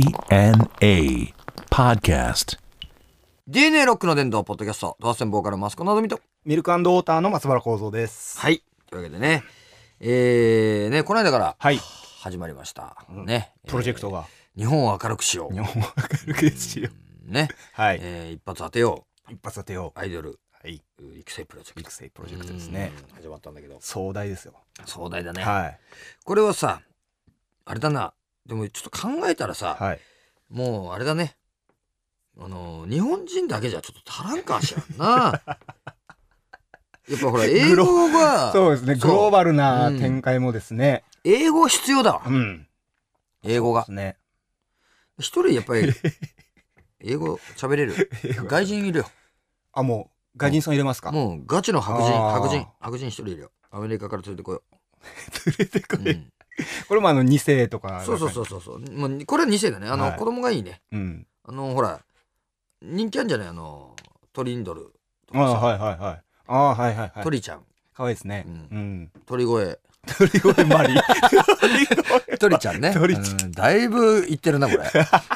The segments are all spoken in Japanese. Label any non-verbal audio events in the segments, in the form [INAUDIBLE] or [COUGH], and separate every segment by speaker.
Speaker 1: DNA Podcast.
Speaker 2: DNA ロックの伝道ポッドキャスト、当選ボーカルマスコなどみと。
Speaker 3: ミルクウォーターの松原幸三です。
Speaker 2: はい。というわけでね、えー、ね、この間から
Speaker 3: はい。
Speaker 2: 始まりました。ね。
Speaker 3: プロジェクトが。
Speaker 2: えー日本を明るくしよ
Speaker 3: 日本を明るくですよ。
Speaker 2: う。ね。
Speaker 3: はい。
Speaker 2: えー一発当てよ
Speaker 3: 一発当てよ
Speaker 2: う。アイドル
Speaker 3: う。はい。
Speaker 2: 育成プロジェクト
Speaker 3: 育。成プロジェクトですね。
Speaker 2: うん。始まったんだけど。
Speaker 3: 壮大ですよ。
Speaker 2: 壮大だね。
Speaker 3: はい。
Speaker 2: これはさ、あれだな。でもちょっと考えたらさ、
Speaker 3: はい。
Speaker 2: もうあれだね。あの日本人だけじゃちょっと足らんかしらん
Speaker 3: [LAUGHS]
Speaker 2: な。やっぱほら英
Speaker 3: グロ
Speaker 2: 語が
Speaker 3: そうですね。グ
Speaker 2: そう
Speaker 3: ローバルな
Speaker 2: うん
Speaker 3: 展開もですね。
Speaker 2: 英語必要だわ
Speaker 3: うん。
Speaker 2: 英語が
Speaker 3: そうですね。
Speaker 2: 一人やっぱり英語喋れる外人いるよ
Speaker 3: あ、もう、外人さん入れますか [LAUGHS]
Speaker 2: もうガチの白人
Speaker 3: あー
Speaker 2: 白人白人一人いるよアメリカから連れてこよ
Speaker 3: 連れてこ
Speaker 2: う、う
Speaker 3: い。
Speaker 2: ん、
Speaker 3: これもあの、2世とか。。
Speaker 2: そうそうそううそうそうもうこれは2世だねあの、
Speaker 3: はい
Speaker 2: 子供がいいね
Speaker 3: うん。
Speaker 2: あのほら人気あんじゃないあのトリンドルと
Speaker 3: あ
Speaker 2: か
Speaker 3: あ、
Speaker 2: さ、
Speaker 3: はいはいはい。ああ、はいはいは
Speaker 2: ト
Speaker 3: い。
Speaker 2: リちゃん
Speaker 3: かわいいですね。
Speaker 2: う
Speaker 3: うんん。
Speaker 2: 鳥越
Speaker 3: 鳥越マリ。鳥越
Speaker 2: 鳥ちゃんね
Speaker 3: 鳥ち
Speaker 2: うんだいぶいってるなこれ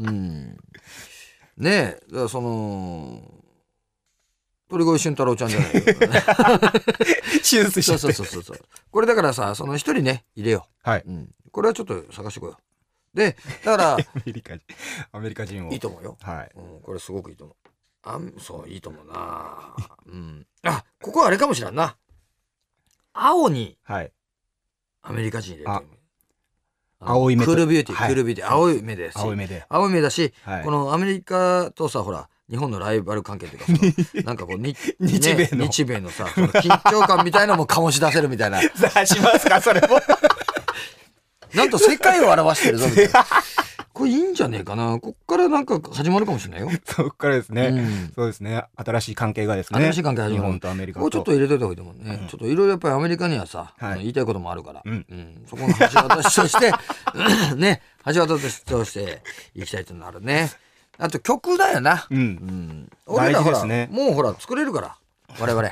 Speaker 2: うんねえだからその鳥越俊太郎ちゃんじゃないよ
Speaker 3: [LAUGHS] 手術しち
Speaker 2: そ
Speaker 3: ゃ
Speaker 2: う
Speaker 3: っ
Speaker 2: そうそ
Speaker 3: て。
Speaker 2: うそうそう。これだからさ、その一人ね、入れよう。
Speaker 3: はい
Speaker 2: うん。これはちょっと探してこよう。で、だから、
Speaker 3: [LAUGHS] アメリカ人。アメリカ人を。
Speaker 2: いいと思うよ。
Speaker 3: はい。
Speaker 2: うん、これすごくいいと思う。あん、そう、いいと思うな。うん。あ、ここはあれかもしれんな。青に
Speaker 3: はい。
Speaker 2: アメリカ人入れると思う。
Speaker 3: あ青い目
Speaker 2: ク
Speaker 3: と
Speaker 2: ールビューティー、
Speaker 3: はい
Speaker 2: クールビューティー。青い目です。
Speaker 3: 青い目で。
Speaker 2: 青い目だし、
Speaker 3: はい。
Speaker 2: このアメリカとさ、ほら、日本のライバル関係というかその、なんかこ
Speaker 3: [LAUGHS]
Speaker 2: う、に
Speaker 3: 日米の
Speaker 2: ね日米のさ、その緊張感みたいなのも醸し出せるみたいな。
Speaker 3: さあしますかそれも
Speaker 2: なんと世界を表してるぞみたいな。これいいんじゃねえかな。こっからなんか始まるかもしれないよ。
Speaker 3: [LAUGHS] そこからですね、
Speaker 2: うん
Speaker 3: そうですね新しい関係がですね
Speaker 2: 新しい関係が始
Speaker 3: 日
Speaker 2: まる
Speaker 3: 本とアメリカ
Speaker 2: こことちょっと入れといた方がいいと思うね。
Speaker 3: うん
Speaker 2: ちょっといろいろやっぱりアメリカにはさ、
Speaker 3: はい
Speaker 2: あの言いたいこともあるから、
Speaker 3: うん
Speaker 2: そこの橋渡しとして、 [LAUGHS] ね、橋渡しとしていきたいとなるね。あと曲だよな。
Speaker 3: う
Speaker 2: うんん。俺らほ
Speaker 3: 大事で
Speaker 2: ら、
Speaker 3: すね
Speaker 2: もうほら作れるから、我々。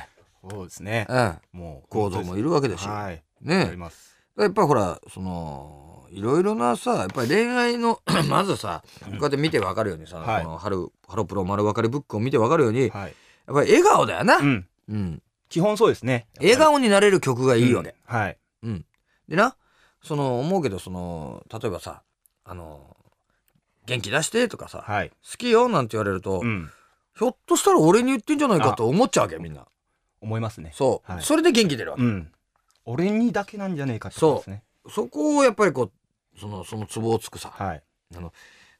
Speaker 3: そうですね
Speaker 2: うん。
Speaker 3: もう
Speaker 2: 構造もいるわけだし。
Speaker 3: はいあ
Speaker 2: ね
Speaker 3: り。ます
Speaker 2: やっぱりほらそのいろいろなさやっぱり恋愛の [CLEARS THROAT] まずさこうやって見てわかるようにさ、
Speaker 3: はい
Speaker 2: このハロ「ハロプロ丸分かりブック」を見てわかるようにやっ
Speaker 3: はい、
Speaker 2: ぱり笑顔だよな、う
Speaker 3: うんん、基本そうですね
Speaker 2: 笑顔になれる曲がいいよね。、
Speaker 3: うんはい
Speaker 2: うんでなその思うけどその例えばさ「あの元気出して」とかさ、
Speaker 3: はい
Speaker 2: 好きよ」なんて言われると、
Speaker 3: うん
Speaker 2: ひょっとしたら俺に言ってんじゃないかと思っちゃうわけよみんな。
Speaker 3: 思いますね
Speaker 2: そう、
Speaker 3: はい
Speaker 2: それで元気出るわけ、
Speaker 3: うん俺にだけなんじゃねえかってことですね
Speaker 2: そこをやっぱりこうそのそのツボをつくさ、
Speaker 3: はい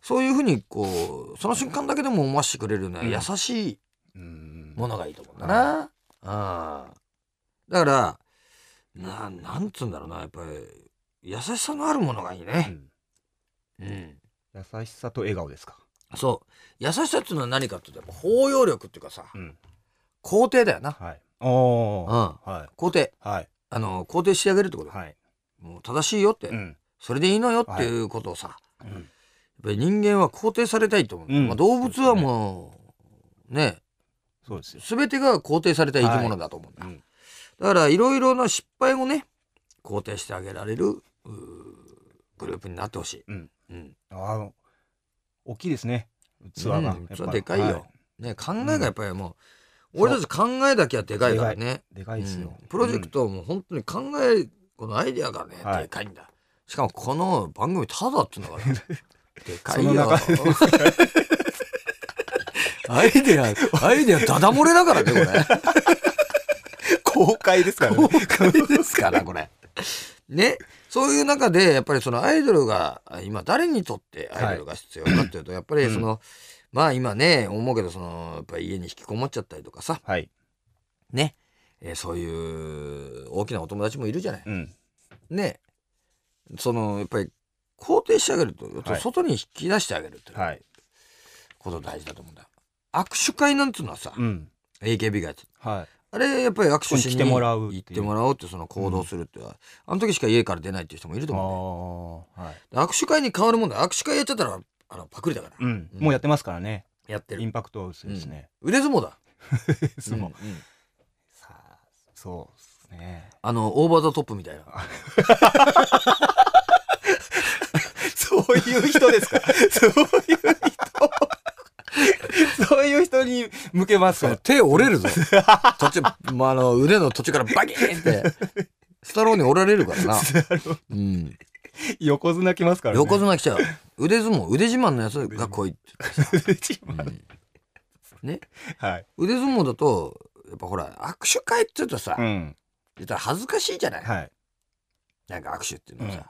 Speaker 2: そういうふうにこうその瞬間だけでも思わしてくれるような
Speaker 3: うん
Speaker 2: 優しい
Speaker 3: うん
Speaker 2: ものがいいと思うんだな。ああだからななんつうんだろうなやっぱり優しさのあるものがいいうね。
Speaker 3: ん
Speaker 2: うん、
Speaker 3: 優しさと笑顔ですか
Speaker 2: そう優しさっていうのは何かっていうとやっぱ包容力っていうかさ
Speaker 3: うん
Speaker 2: 肯定だよな。
Speaker 3: はいお
Speaker 2: う
Speaker 3: ー
Speaker 2: ん、
Speaker 3: はい
Speaker 2: 肯定
Speaker 3: はい
Speaker 2: あの肯定してあげるってこと、
Speaker 3: はい
Speaker 2: もう正しいよって、
Speaker 3: うん
Speaker 2: それでいいのよっていうことをさ、
Speaker 3: うん
Speaker 2: やっぱり人間は肯定されたいと思う、
Speaker 3: うん
Speaker 2: まあ、動物はもうね
Speaker 3: そうですよ
Speaker 2: 全てが肯定された生き物だと思うんだ、
Speaker 3: うん
Speaker 2: だからいろいろな失敗もね肯定してあげられるうーグループになってほしい、
Speaker 3: うん
Speaker 2: うん
Speaker 3: ああ大きいですね器が、
Speaker 2: うん
Speaker 3: やっぱ
Speaker 2: 器でかいよ、
Speaker 3: は
Speaker 2: ね、考えがやっぱりもう、
Speaker 3: うん
Speaker 2: 俺たち考えだけはでかいからね、
Speaker 3: でかいですよ、
Speaker 2: うんプロジェクトはもう本当に考えこのアイデアがね、
Speaker 3: はい
Speaker 2: でかいんだしかもこの番組ただっていうの
Speaker 3: [LAUGHS]
Speaker 2: がねでかい
Speaker 3: その
Speaker 2: よ
Speaker 3: 中で
Speaker 2: [LAUGHS] アイデアアイデアダダ漏れだからねこれ。
Speaker 3: [LAUGHS] 公開ですから
Speaker 2: 公開ですからこれ。ね、そういう中でやっぱりそのアイドルが今誰にとってアイドルが必要かっていうと、やっぱりその、まあ今ね思うけどそのやっぱり家に引きこもっちゃったりとかさ
Speaker 3: はい、
Speaker 2: ね、えーそういう大きなお友達もいるじゃない。
Speaker 3: うん、
Speaker 2: ねそのやっぱり肯定してあげると、
Speaker 3: はい
Speaker 2: 外に引き出してあげるっていう
Speaker 3: はい、
Speaker 2: こと大事だと思うんだよ。握手会なんていうのはさ、
Speaker 3: うん、
Speaker 2: AKB がやってた
Speaker 3: は
Speaker 2: あれやっぱり握手しに
Speaker 3: ここに来てもらうっていう
Speaker 2: 行ってもらおうってその行動するっていうのは、あの時しか家から出ないっていう人もいる
Speaker 3: い、
Speaker 2: と思
Speaker 3: ああ、はい、
Speaker 2: うね、握手会に変わるもんだ握手会やっちゃったらあのパクリだから、
Speaker 3: うん、
Speaker 2: うん
Speaker 3: もうやってますからね、
Speaker 2: やって
Speaker 3: イ
Speaker 2: る
Speaker 3: ンパクト薄いですね。
Speaker 2: 腕相撲だ
Speaker 3: そ
Speaker 2: う
Speaker 3: う
Speaker 2: んうん
Speaker 3: さあ、そうです
Speaker 2: [LAUGHS]
Speaker 3: ね。
Speaker 2: あのオーバーザトップみ
Speaker 3: [LAUGHS]
Speaker 2: たいな
Speaker 3: そういう人ですか。そういう人に向けますから。
Speaker 2: 手折れ
Speaker 3: [LAUGHS]
Speaker 2: るぞ。途中、まあ、あの、腕の途中からバキーンって、スタローに折られるからな。うん。
Speaker 3: 横綱来ますからね。
Speaker 2: 横綱来ちゃう。腕相撲、腕自慢のやつが来いって言ってさ。うんね。
Speaker 3: [LAUGHS] はい。
Speaker 2: 腕相撲だと、やっぱほら、握手会って言うとさ、
Speaker 3: うん。
Speaker 2: 言ったら恥ずかしいじゃない、
Speaker 3: はい。
Speaker 2: なんか握手っていうのはさ。
Speaker 3: うん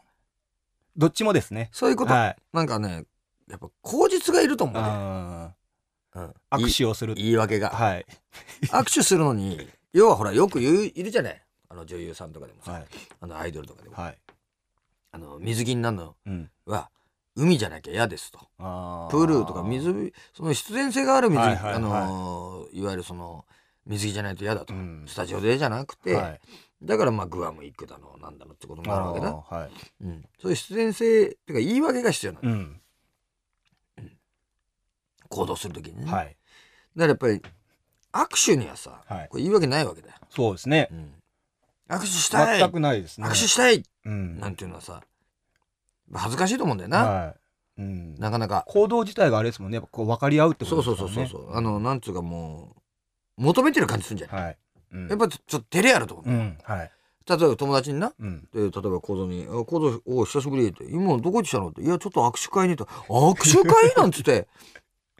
Speaker 3: どっちもですね。
Speaker 2: そういうこと、
Speaker 3: はい。
Speaker 2: なんかね、やっぱ口実がいると思うね。
Speaker 3: あ
Speaker 2: うん
Speaker 3: ー握手をする
Speaker 2: い。言い訳が。
Speaker 3: はい。
Speaker 2: 握手するのに、要はほら、よく言う、いるじゃないあの女優さんとかでもさ、
Speaker 3: はい。
Speaker 2: あのアイドルとかでも。
Speaker 3: はい。
Speaker 2: あの、水着になるの
Speaker 3: うん。
Speaker 2: は、海じゃなきゃ嫌ですと。
Speaker 3: あー
Speaker 2: プールとか水、その必然性がある水着、
Speaker 3: はいはいはい
Speaker 2: あのーいわゆるその、水着じゃないと嫌だと。
Speaker 3: うん
Speaker 2: スタジオでじゃなくて、
Speaker 3: はい。
Speaker 2: だからまあ、グアム行くだの、なんだのってこともあるわけだ。
Speaker 3: あーはい。
Speaker 2: うん。そういう必然性、っていうか言い訳が必要なの。
Speaker 3: うん。
Speaker 2: 行動するときにね。
Speaker 3: はい。
Speaker 2: だからやっぱり、握手にはさ、
Speaker 3: はい
Speaker 2: これ言い訳ないわけだよ。
Speaker 3: そうですね。
Speaker 2: うん握手したい
Speaker 3: 全くないですね。
Speaker 2: 握手したい
Speaker 3: うん。
Speaker 2: なんていうのはさ恥ずかしいと思うんだよな、
Speaker 3: はい。うん。
Speaker 2: なかなか
Speaker 3: 行動自体があれですもんね。やっぱこう分かり合うってこ
Speaker 2: そう
Speaker 3: と
Speaker 2: そう
Speaker 3: です
Speaker 2: そう
Speaker 3: からね。
Speaker 2: そうそうあのなんつうかもう求めてる感じするんじゃない、
Speaker 3: はい。うん
Speaker 2: やっぱちょちょっと照れあると思う、
Speaker 3: うん。はい。
Speaker 2: 例えば友達にな
Speaker 3: うん。
Speaker 2: で例えば小僧に「あ小僧お久しぶり」って「今どこ行ってきたの?」って「いやちょっと握手会に」と「握手会?」なんつ
Speaker 3: [LAUGHS]
Speaker 2: って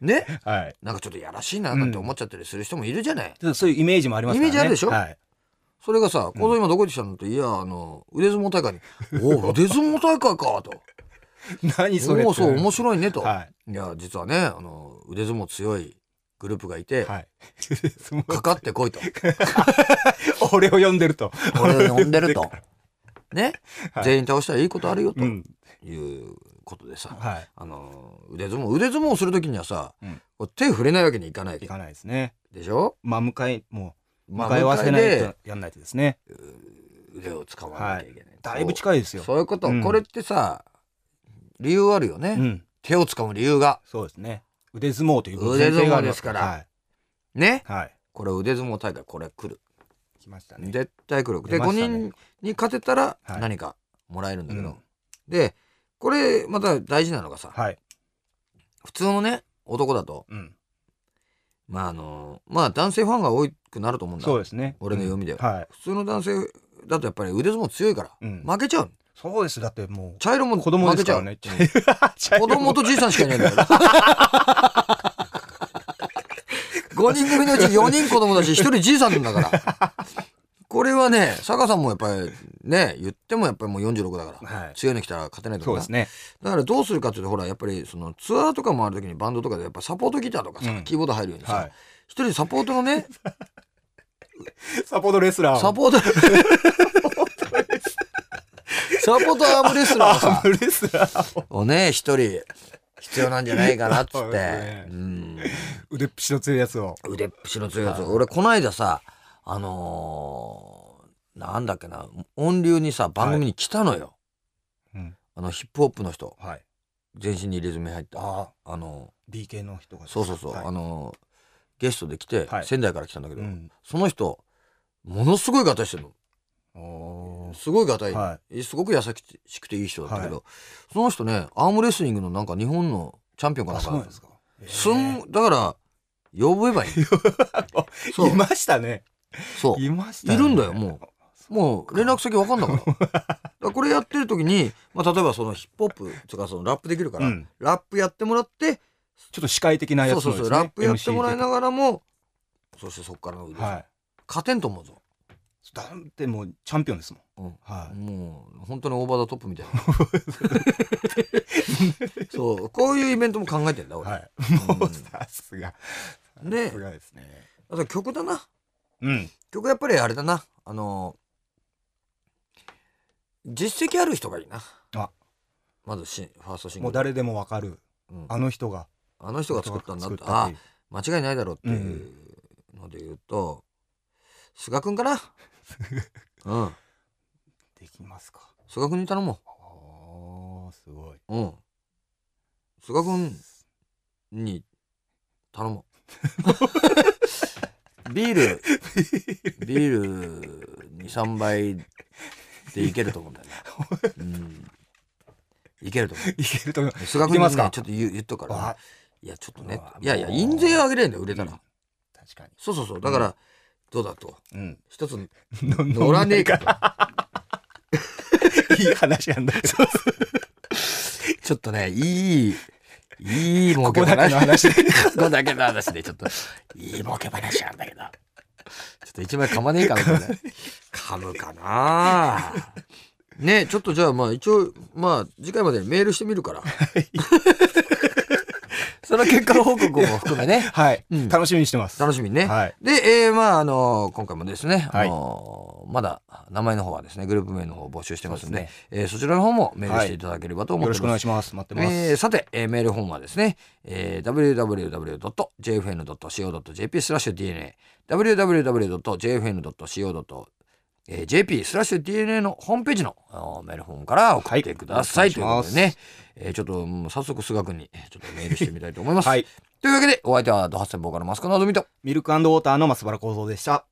Speaker 2: ね
Speaker 3: はい。
Speaker 2: なんかちょっとやらしいななんて思っちゃったりする人もいるじゃない、
Speaker 3: ちょっとそういうイメージもありますからね。
Speaker 2: イメージあるでしょ
Speaker 3: はい。
Speaker 2: それがさ「小僧今どこ行ってきたの?」って「いやあの腕相撲大会
Speaker 3: [LAUGHS]
Speaker 2: に」「お腕相撲大会か」と。
Speaker 3: 何それ
Speaker 2: おーそう面
Speaker 3: 白
Speaker 2: 白いねと、、
Speaker 3: はい
Speaker 2: や実はねあの腕相撲強いグループがいて、
Speaker 3: い。はい。 [LAUGHS] その
Speaker 2: かかって
Speaker 3: [LAUGHS]
Speaker 2: こいと
Speaker 3: 俺を呼んでると。
Speaker 2: 俺を呼んでる
Speaker 3: [LAUGHS]
Speaker 2: とね、
Speaker 3: はい
Speaker 2: 全員倒したらいいことあるよと
Speaker 3: うん。
Speaker 2: いうことでさ、
Speaker 3: はい。
Speaker 2: あの腕相撲腕相撲をする時にはさ、
Speaker 3: うん
Speaker 2: こう手触れないわけにいかない
Speaker 3: いかないですね。
Speaker 2: でしょ
Speaker 3: まあ、向かい、もう、
Speaker 2: まあ
Speaker 3: 向かい合わせない
Speaker 2: 向かい
Speaker 3: とやんないとですね。
Speaker 2: 腕を使わなきゃいけない、
Speaker 3: だいぶ近いです
Speaker 2: い
Speaker 3: よ。
Speaker 2: そういうこと、
Speaker 3: うん
Speaker 2: これってさ理由あるよね、
Speaker 3: うん。
Speaker 2: 手を使う理由が
Speaker 3: そうですね。腕相撲という
Speaker 2: 腕相撲
Speaker 3: 前提があります
Speaker 2: ですね
Speaker 3: はい。はい。
Speaker 2: これ腕相撲大会これ来る
Speaker 3: 来ましたね。
Speaker 2: 絶対来る。で、
Speaker 3: 出ま
Speaker 2: 5
Speaker 3: したね
Speaker 2: 人に勝てたら
Speaker 3: はい
Speaker 2: 何かもらえるんだけど、
Speaker 3: うん
Speaker 2: でこれまた大事なのがさ、
Speaker 3: はい。
Speaker 2: 普通のね男だと
Speaker 3: うん。
Speaker 2: まああのまあ男性ファンが多くなると思うんだ
Speaker 3: そうですね。
Speaker 2: 俺の読みで
Speaker 3: うんはい。
Speaker 2: 普通の男性だとやっぱり腕相撲強いから、
Speaker 3: うん
Speaker 2: 負けちゃう
Speaker 3: そうです。だっても
Speaker 2: 茶色も
Speaker 3: う、子供
Speaker 2: 負
Speaker 3: で
Speaker 2: け
Speaker 3: す
Speaker 2: ち
Speaker 3: か
Speaker 2: ゃ
Speaker 3: ら
Speaker 2: う、
Speaker 3: ね。 [LAUGHS]
Speaker 2: うん子供とじいさんしかいないんだから5人組のうち4人子供だし1人じいさんなんだからこれはね坂さんもやっぱりね言ってもやっぱりもう46だから、
Speaker 3: はい。
Speaker 2: 強いの来たら勝てないとか
Speaker 3: そう
Speaker 2: な
Speaker 3: ですね。
Speaker 2: だからどうするかっていうとほらやっぱりそのツアーとかもある時にバンドとかでやっぱサポートギターとかさ、
Speaker 3: うん
Speaker 2: キーボード入るように
Speaker 3: は
Speaker 2: さ
Speaker 3: い。
Speaker 2: 一、人サポートのね
Speaker 3: サポートレスラーを。
Speaker 2: サポート [LAUGHS] サポートアームレスラーを
Speaker 3: [LAUGHS] ア
Speaker 2: さ
Speaker 3: ームレスラーを。
Speaker 2: をね一人必要なんじゃないかなっつ
Speaker 3: そ
Speaker 2: っ
Speaker 3: う
Speaker 2: て、
Speaker 3: ですね
Speaker 2: うん、
Speaker 3: 腕っぷしの強いやつを。
Speaker 2: 腕っぷしの強いやつ俺この間さあのーなんだっけな音流にさ番組に来たのよ、
Speaker 3: うん。
Speaker 2: あのヒップホップの人
Speaker 3: はい。
Speaker 2: 全身にリズム入った
Speaker 3: ああ。
Speaker 2: あの
Speaker 3: BK の人が。
Speaker 2: そうそうそう、
Speaker 3: はい
Speaker 2: あのゲストで来て、
Speaker 3: はい
Speaker 2: 仙台から来たんだけど、
Speaker 3: うん。
Speaker 2: その人ものすごいガタイしてる
Speaker 3: お
Speaker 2: の
Speaker 3: ー
Speaker 2: すごいガタイ、
Speaker 3: は
Speaker 2: すごく優しくていい人だったけど、その人ねアームレスリングのなんか日本のチャンピオンかな
Speaker 3: あ、
Speaker 2: んか
Speaker 3: そうなんですか。
Speaker 2: すんだから呼べば
Speaker 3: [LAUGHS]
Speaker 2: いいそう
Speaker 3: いましたね。
Speaker 2: そう
Speaker 3: いましたね。
Speaker 2: いるんだよももう連絡先分かんなからだからこれやってる時に、まあ、例えばそのヒップホップとかそのラップできるから、
Speaker 3: うん
Speaker 2: ラップやってもらって
Speaker 3: ちょっと司会的なや
Speaker 2: そうそう
Speaker 3: つも
Speaker 2: そう、
Speaker 3: ですね
Speaker 2: ラップやってもらいな
Speaker 3: MC
Speaker 2: がらもそしてそこからの腕、
Speaker 3: 的はい。
Speaker 2: 勝てんと思うぞ
Speaker 3: だってもうチャンピオンですもん。
Speaker 2: うん
Speaker 3: は
Speaker 2: もう本当にオーバーザトップみたいな [LAUGHS] そうこういうイベントも考えてんだ
Speaker 3: い。
Speaker 2: 俺、
Speaker 3: はい。
Speaker 2: うん
Speaker 3: もうさすが。
Speaker 2: ね
Speaker 3: さすがですね。
Speaker 2: あと曲だな
Speaker 3: うん。
Speaker 2: 曲やっぱりあれだなあの実績ある人がいいな
Speaker 3: あ
Speaker 2: まずしファーストシング
Speaker 3: もう
Speaker 2: ル
Speaker 3: 誰でもわかる。
Speaker 2: うん
Speaker 3: あの人が。
Speaker 2: あの人が作ったんだって
Speaker 3: 人が
Speaker 2: あ
Speaker 3: 作っ
Speaker 2: 間違いないだろうっていうので言うと、菅君か [LAUGHS] なうん
Speaker 3: ていうできますか。
Speaker 2: 菅君に頼も
Speaker 3: ああ、すごい。
Speaker 2: ううん菅君に頼も
Speaker 3: [LAUGHS]
Speaker 2: うビールビール23杯でいけると思うんだよね、うん、いけると思う。
Speaker 3: いけると思います。
Speaker 2: 菅君
Speaker 3: い
Speaker 2: に
Speaker 3: けま
Speaker 2: ね
Speaker 3: すか
Speaker 2: ちょっと言う言っとくから
Speaker 3: あ
Speaker 2: ね。いや、ちょっとね
Speaker 3: うわ。
Speaker 2: いやいや、
Speaker 3: もう
Speaker 2: 印税を上げれんだよ、売れたら。
Speaker 3: うん確かに。
Speaker 2: そうそうそう。だから、どうだと。
Speaker 3: うん。
Speaker 2: 一つ、乗
Speaker 3: 乗
Speaker 2: らねえか。と。
Speaker 3: いい話なんだ
Speaker 2: [LAUGHS]
Speaker 3: けど。
Speaker 2: ちょっとね、いい、いい儲
Speaker 3: こ
Speaker 2: け
Speaker 3: こだけ
Speaker 2: 話。
Speaker 3: の話で。
Speaker 2: [LAUGHS] ここだけの話で、ちょっと、いい儲け話なんだけど。ちょっと一枚噛まねえかな、これ。噛むかなねちょっとじゃあまあ一応、まあ次回までにメールしてみるから。その結果の報告も含めね。
Speaker 3: はい
Speaker 2: うん。
Speaker 3: 楽しみにしてます。
Speaker 2: 楽しみにね。
Speaker 3: はい。
Speaker 2: で、えーまあ、あの今回もですね、
Speaker 3: はい
Speaker 2: あのまだ名前の方はですね、グループ名の方を募集してますんで、
Speaker 3: そうで
Speaker 2: えーそちらの方もメールしていただければと思
Speaker 3: よ
Speaker 2: っ
Speaker 3: ろ
Speaker 2: て
Speaker 3: し
Speaker 2: お
Speaker 3: く
Speaker 2: り
Speaker 3: お願
Speaker 2: ま
Speaker 3: い
Speaker 2: す。
Speaker 3: します。待ってます。
Speaker 2: えーさて、えーメールフォームはですね、えー www.jfn.co.jp スラッシュ DNA www.jfn.co.jp スラッシュ DNA のホームページのあーメールフォームから送ってください、
Speaker 3: はい
Speaker 2: と
Speaker 3: お
Speaker 2: いう
Speaker 3: 願
Speaker 2: こ
Speaker 3: いします
Speaker 2: とでね、えーちょっともう早速菅君にちょっとメールしてみたいと思います。
Speaker 3: [LAUGHS] はい。
Speaker 2: というわけでお相手はドハッセンボーカルマスコのぞみと
Speaker 3: ミルクウォーターの松原幸三でした。